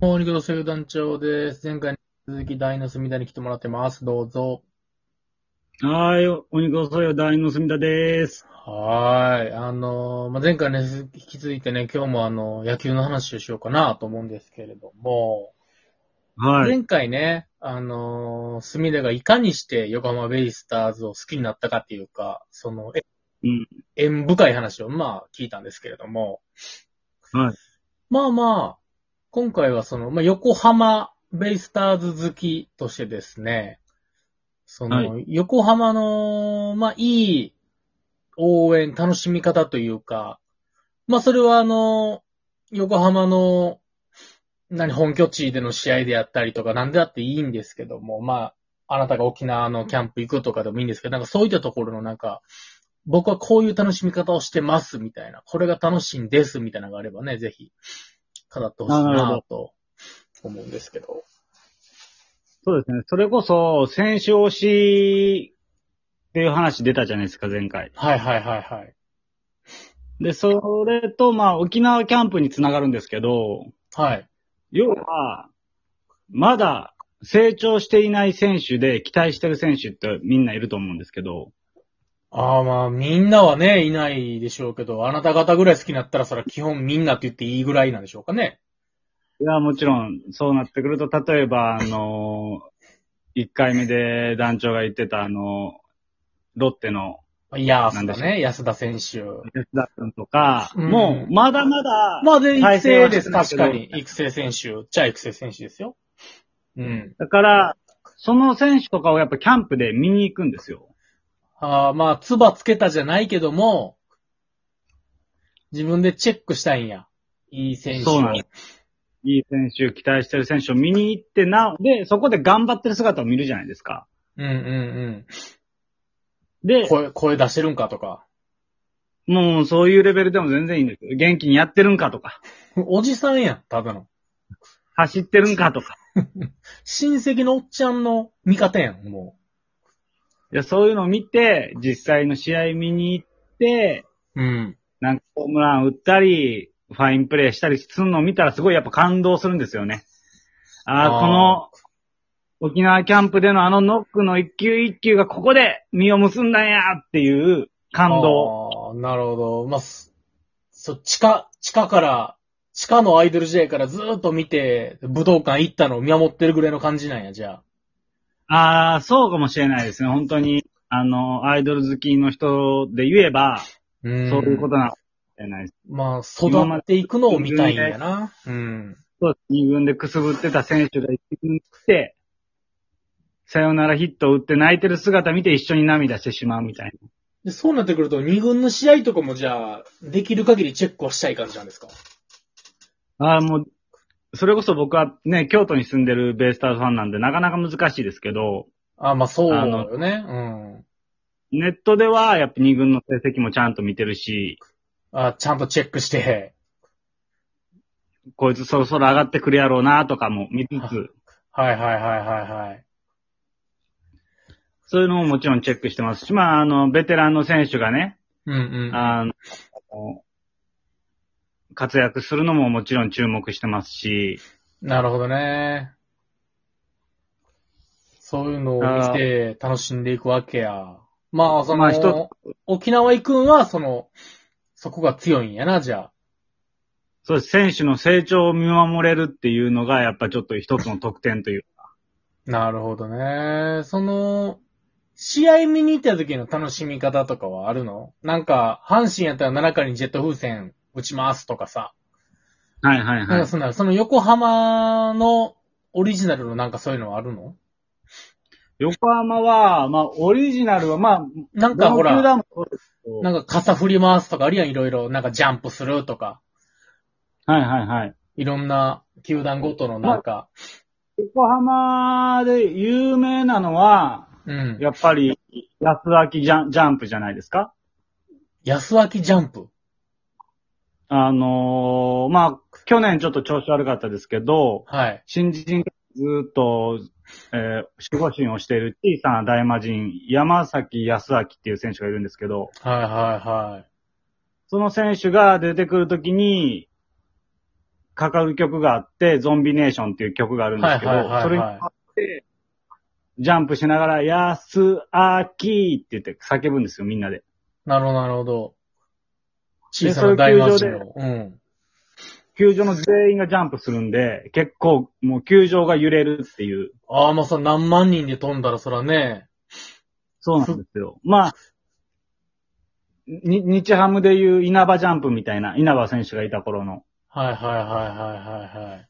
どうも、リクドセ団長です。前回に続き、大の隅田に来てもらってます。どうぞ。はーい、お肉をそうよ、大の隅田でーす。はーい。あのーまあ、前回ね、引き続いてね、今日もあの、野球の話をしようかなと思うんですけれども、はい。前回ね、あのー隅田がいかにして横浜ベイスターズを好きになったかっていうか、その、えうん。縁深い話を、まあ、聞いたんですけれども、はい。まあまあ、今回はその、まあ、横浜ベイスターズ好きとしてですね、その、は横浜の、まあいい応援、楽しみ方というか、まあそれはあの、横浜の、何、本拠地での試合であったりとか、なんであっていいんですけども、まあ、あなたが沖縄のキャンプ行くとかでもいいんですけど、なんかそういったところのなんか、僕はこういう楽しみ方をしてますみたいな、これが楽しいんですみたいなのがあればね、ぜひ語ってほしいなるほなどと思うんですけど。そうですね。それこそ、選手推しっていう話出たじゃないですか、前回。はいはいはいはい。で、それと、まあ、沖縄キャンプにつながるんですけど、はい。要は、まだ成長していない選手で期待してる選手ってみんないると思うんですけど、ああまあ、みんなはね、いないでしょうけど、あなた方ぐらい好きになったら、それは基本みんなって言っていいぐらいなんでしょうかね。いや、もちろん、そうなってくると、例えば、あの、1回目で団長が言ってた、あの、ロッテの安なんで田しょうね、安田選手。安田君とか、うんもう、まだまだ、まあ、で、育対戦成はでしてす。ないけ確どかに。育成選手。じゃあ育成選手ですよ。うん。だから、その選手とかをやっぱキャンプで見に行くんですよ。ああ、まあ、つばつけたじゃないけども、自分でチェックしたいんや。いい選手。そうなんでいい選手、期待してる選手を見に行って、な、で、そこで頑張ってる姿を見るじゃないですか。うんうんうでん。、声、声出してるんかとか。もうそういうレベルでも全然いいんですよ。元気にやってるんかとか、おじさんやん、ただの。走ってるんかとか。親戚のおっちゃんの味方やん、もいや、そういうのを見て、実際の試合見に行って、う。うん。なんかホームラン打ったり、ファインプレーしたりするのを見たらすごいやっぱ感動するんですよね。ああーあ、この、沖縄キャンプでのあのノックの一球一球がここで実を結んだんやっていう感動。あーなるほど。まあ、すそう、地下、地下から、地下のアイドル時代からずーっと見て、武道館行ったのを見守ってるぐらいの感じなんや、じゃあ。ああ、そうかもしれないですね。本当に、あの、アイドル好きの人で言えば、うんそういうことなのかもしれないです。まあ、育っていくのを見たいんやな。うん。そう二軍でくすぶってた選手が一軍に来て、さよならヒットを打って泣いてる姿見て一緒に涙してしまうみたいな。でそうなってくると、二軍の試合とかもじゃあ、できる限りチェックはしたい感じなんですかああ、もう、それこそ僕はね、京都に住んでるベイスターズファンなんで、なかなか難しいですけど、あ、まあそうだよね。うん。ネットではやっぱ2軍の成績もちゃんと見てるし、あ、ちゃんとチェックして。こいつそろそろ上がってくるやろうなとかも見つつ、はいはいはいはいはい。そういうのももちろんチェックしてますし、まあ、あの、ベテランの選手がね、うんうん。あの、活躍するのももちろん注目してますし、なるほどね。そういうのを見て楽しんでいくわけや。まあ、その、まあ一沖縄行くんは、その、そこが強いんやな、じゃあ。そうです選手の成長を見守れるっていうのが、やっぱちょっと一つの特典という。なるほどね。その、試合見に行った時の楽しみ方とかはあるのなんか、阪神やったら7回にジェット風船打ちますとかさ。はいはいなんはかい。そんな、その横浜のオリジナルのなんかそういうのはあるの横浜は、まあ、オリジナルは、まあ、なんかほどの球ら、団もそうですけどなんか傘振り回すとかあるやん、いろいろ。なんかジャンプするとか。はいはいはい。いろんな球団ごとのなんか、横浜で有名なのは、うん。やっぱり、安明ジャンジャンプじゃないですか安明ジャンプ。あのーまあ、去年ちょっと調子悪かったですけど、はい。新人がずーっと、えー、守護神をしている小さな大魔神、山崎安明っていう選手がいるんですけど、はいはいはその選手が出てくるときに、かかる曲があって、ゾンビネーションっていう曲があるんですけど、はいはいはいはいそれに合って、ジャンプしながら、やすあきって言って叫ぶんですよ、みんなで。なるほど、なるほど。小でさな大魔神そういう球を。うん。球場の全員がジャンプするんで、結構もう球場が揺れるっていう。ああ、まあさ、何万人で飛んだらそらね。そうなんですよ。まあ、に日ハムでいう稲葉ジャンプみたいな、稲葉選手がいた頃の、はいはいはいはいはいはい。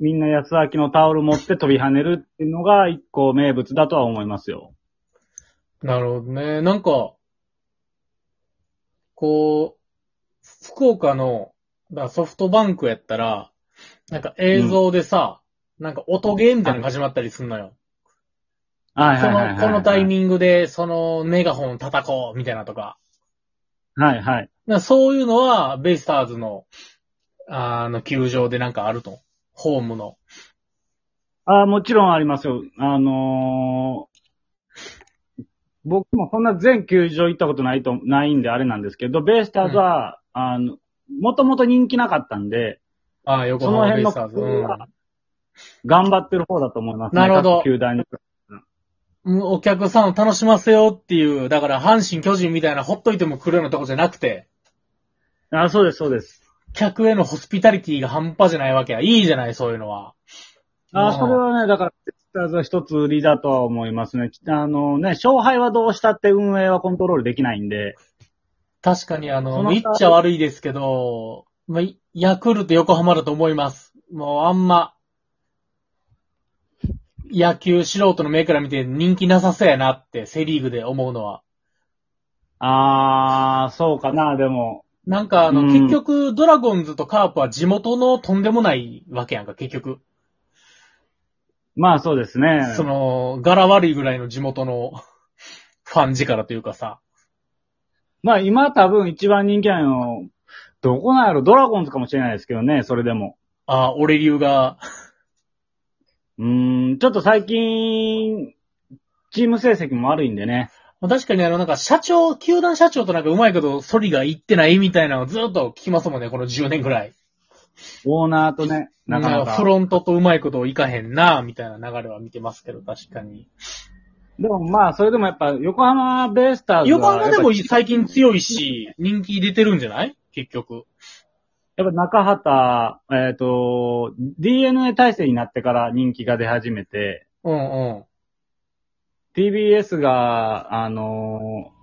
みんな安明のタオル持って飛び跳ねるっていうのが一個名物だとは思いますよ。なるほどね。なんか、こう、福岡の、だからソフトバンクやったら、なんか映像でさ、なんか音ゲーみたいなのが始まったりすんのよ。はいこはいはいはい、の、このタインミングで、そのメガホン叩こう、みたいなとか。グ。はいはい。なんかそういうのは、ベイスターズの、あの、球場でなんかあると。ホームの。ああ、もちろんありますよ。あのー僕もそんな全球場行ったことないと、ないんであれなんですけど、ベイスターズは、あの、もともと人気なかったんで、ああ、横その浜ベ辺イのスターズ。工夫は頑張ってる方だと思います、ね。なるほど各球団に。うん。お客さんを楽しませようっていう、だから阪神巨人みたいなほっといても来るようなとこじゃなくて、あ、そうです、そうです。客へのホスピタリティが半端じゃないわけや。いいじゃない、そういうのは。うあんそれはね、だから、ベイスターズは一つ売りだとは思いますね。あのね、勝敗はどうしたって運営はコントロールできないんで、確かにあの、その言っちゃ悪いですけど、まあ、いヤクルト横浜だと思います。もうあんま、野球素人の目から見て人気なさそうやなって、セリーグで思うのは。あー、そうかな、でも。なんかあの、うん結局、ドラゴンズとカープは地元のとんでもないわけやんか、結局。まあそうですね。その、柄悪いぐらいの地元のファン力というかさ。まあ今多分一番人気なの、どこなんやろ、ドラゴンズかもしれないですけどね、それでも。ああ、俺流が、うーん、ちょっと最近、チーム成績も悪いんでね。まあ確かにあの、なんか社長、球団社長となんかうまいことソリが言ってないみたいなのをずっと聞きますもんね、この10年ぐらい。オーナーとね、なかなまあかフ。ロントとうまいことをいかへんな、みたいな流れは見てますけど、確かに。でもまあ、それでもやっぱ横浜ベイスターズは横浜でもやっぱ最近強いし、人気出てるんじゃない結局。やっぱ中畑、えっ、と、DNA 体制になってから人気が出始めて、うんうん。 TBS が、あのー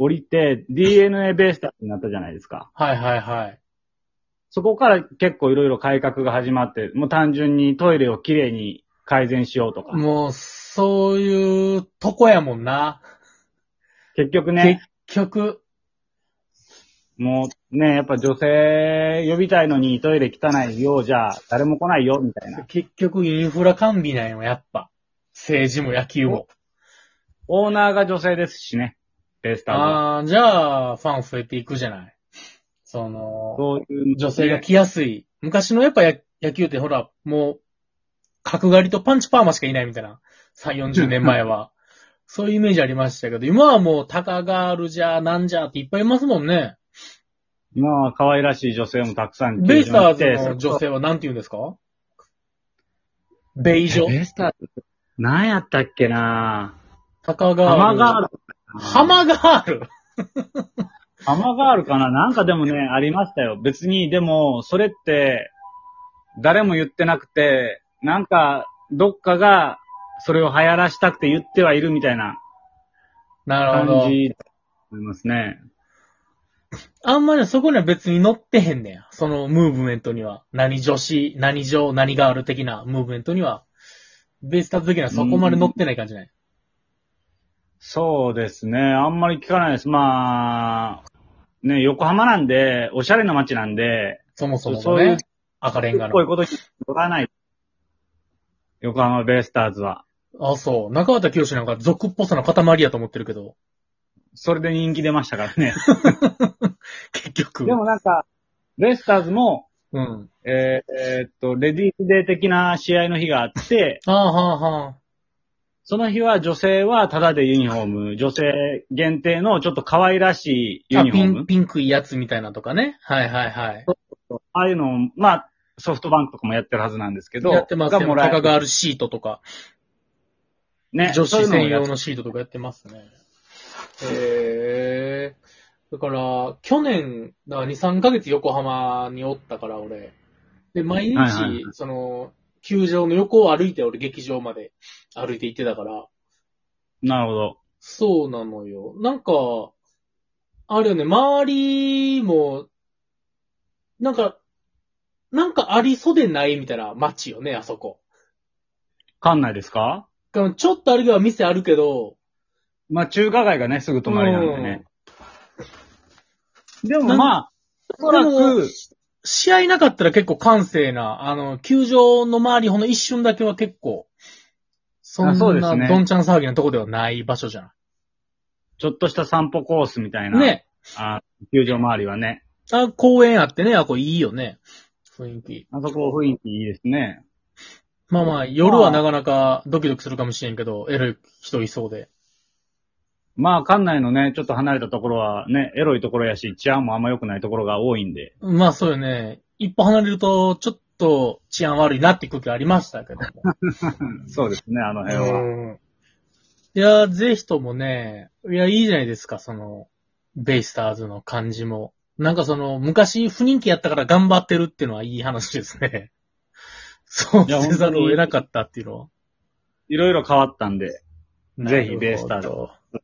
降りて DNA ベイスターズになったじゃないですか。はいはいはい。そこから結構いろいろ改革が始まって、もう単純にトイレをきれいに改善しようとか。もう、そういうとこやもんな。結局ね、結局、もうね、やっぱ女性呼びたいのにトイレ汚いようじゃ誰も来ないよ、みたいな。結局インフラ完備なんよ、やっぱ。政治も野球も。オーナーが女性ですしね、ベースターズは。ああー、じゃあ、ファン増えていくじゃない。その、そういう、女性が来やすい。昔のやっぱや野球ってほら、もう、角刈りとパンチパーマしかいないみたいな。3、40年前 は。そういうイメージありましたけど、今はもう、タカガールじゃ、なんじゃっていっぱいいますもんね。まあ、可愛らしい女性もたくさんベイスターズそのう女性はなんて言うんですかベイジョ。ベイスターズ、何やったっけなタカガール。ハマガール。ハマガール。 ハマガールかななんかでもね、ありましたよ。別に、でも、それって、誰も言ってなくて、なんか、どっかが、それを流行らしたくて言ってはいるみたいななるほど感。じ、思いますね。あんまりそこには別に乗ってへんねや。そのムーブメントには。何女子、何女、何ガール的なムーブメントには。ベイスターズ的にはそこまで乗ってない感じね。そうですね。あんまり聞かないです。まあ、ね、横浜なんで、おしゃれな街なんで、そもそもそのういうね。赤レンガこういうの。こと聞かない。横浜ベイスターズは。あ、そう。中畑清なんか俗っぽさの塊やと思ってるけど。それで人気出ましたからね。結局。でもなんか、ベイスターズも、うん。えーえーっと、レディースデー的な試合の日があって、ああ、はあ、はあ。その日は女性はタダでユニフォーム、女性限定のちょっと可愛らしいユあニフォピーンム。ピンクいやつみたいなとかね。はいはいはい。ああいうのを、まあ、ソフトバンクとかもやってるはずなんですけど、やってますよ。がもらえ高るがあるシートとか、ね、女そうい子うのを専やっ用のシートとかやってますね。へえ。だから、去年、だから2、3ヶ月横浜におったから、俺。で、毎日、はいはいはいその、球場の横を歩いて、俺、劇場まで歩いて行ってたから。なるほど。そうなのよ。なんか、あれよね、周りも、なんか、なんかありそうでないみたいな街よね、あそこ。館内ですかちょっとあれでは店あるけど、まあ、中華街がね、すぐ隣なんでね。でもまあ、おそらでもく、試合なかったら結構感性な、あの、球場の周りほんの一瞬だけは結構、そあそうでんすなねどんちゃん騒ぎなとこではない場所じゃなちょっとした散歩コースみたいい。な、ね。あ球場周りはね、あ、公園あってね、あ、これいいよね。雰囲気。あそこ雰囲気いいですね。まあまあ、夜はなかなかドキドキするかもしれんけど、エロい人いそうで。まあ、館内のね、ちょっと離れたところはね、エロいところやし、治安もあんま良くないところが多いんで。まあそうよね。一歩離れると、ちょっと治安悪いなって空気ありましたけども。そうですね、あの辺は。うんいや、ぜひともね、いや、いいじゃないですか、その、ベイスターズの感じも。なんかその、昔不人気やったから頑張ってるっていうのはいい話ですね。 そういやせざるを得なかったっていうのは。いろいろ変わったんで、ぜひなるほどベイスターズわ欲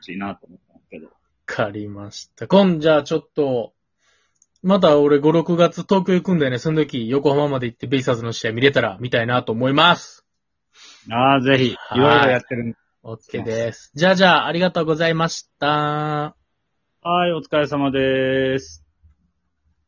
しいなと思ったんですけど。かりました。今じゃあちょっと、また俺5、6月東京行くんだよね。その時横浜まで行ってベイスターズの試合見れたら見たいなと思います。ああ、ぜひ、いろいろやってるんで。 OK です。じゃあじゃあありがとうございました。はい、お疲れ様です。